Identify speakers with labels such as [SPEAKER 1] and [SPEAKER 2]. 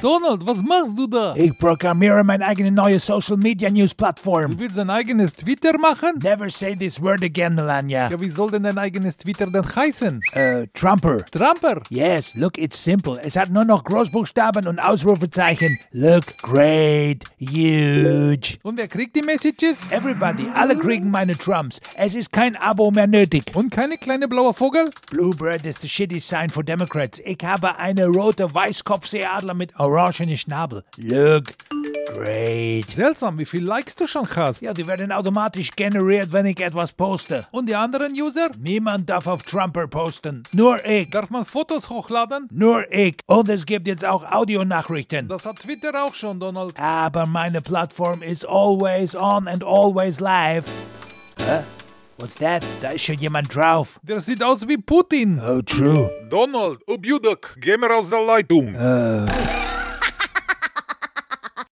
[SPEAKER 1] Donald, was machst du da?
[SPEAKER 2] Ich programmiere meine eigene neue Social Media News Plattform.
[SPEAKER 1] Du willst ein eigenes Twitter machen?
[SPEAKER 2] Never say this word again, Melania.
[SPEAKER 1] Ja, wie soll denn ein eigenes Twitter denn heißen?
[SPEAKER 2] Äh, Trumper.
[SPEAKER 1] Trumper?
[SPEAKER 2] Yes, look, it's simple. Es hat nur noch Großbuchstaben und Ausrufezeichen. Look great, huge.
[SPEAKER 1] Und wer kriegt die Messages?
[SPEAKER 2] Everybody, alle kriegen meine Trumps. Es ist kein Abo mehr nötig.
[SPEAKER 1] Und keine kleine blaue Vogel?
[SPEAKER 2] Bluebird ist the shitty sign for Democrats. Ich habe eine rote Weißkopfseeadler mit orangenem Schnabel. Look great.
[SPEAKER 1] Seltsam, wie viel Likes du schon hast.
[SPEAKER 2] Ja, die werden automatisch generiert, wenn ich etwas poste.
[SPEAKER 1] Und die anderen User?
[SPEAKER 2] Niemand darf auf Trumper posten. Nur ich.
[SPEAKER 1] Darf man Fotos hochladen?
[SPEAKER 2] Nur ich. Und es gibt jetzt auch Audionachrichten.
[SPEAKER 1] Das hat Twitter auch schon, Donald.
[SPEAKER 2] Aber meine Plattform ist always on and always live. Hä? What's that? Da ist schon jemand drauf.
[SPEAKER 1] Der sieht aus wie Putin.
[SPEAKER 2] Oh, true.
[SPEAKER 3] Donald, Ублюдок, geh mir aus der Leitung.
[SPEAKER 2] Äh.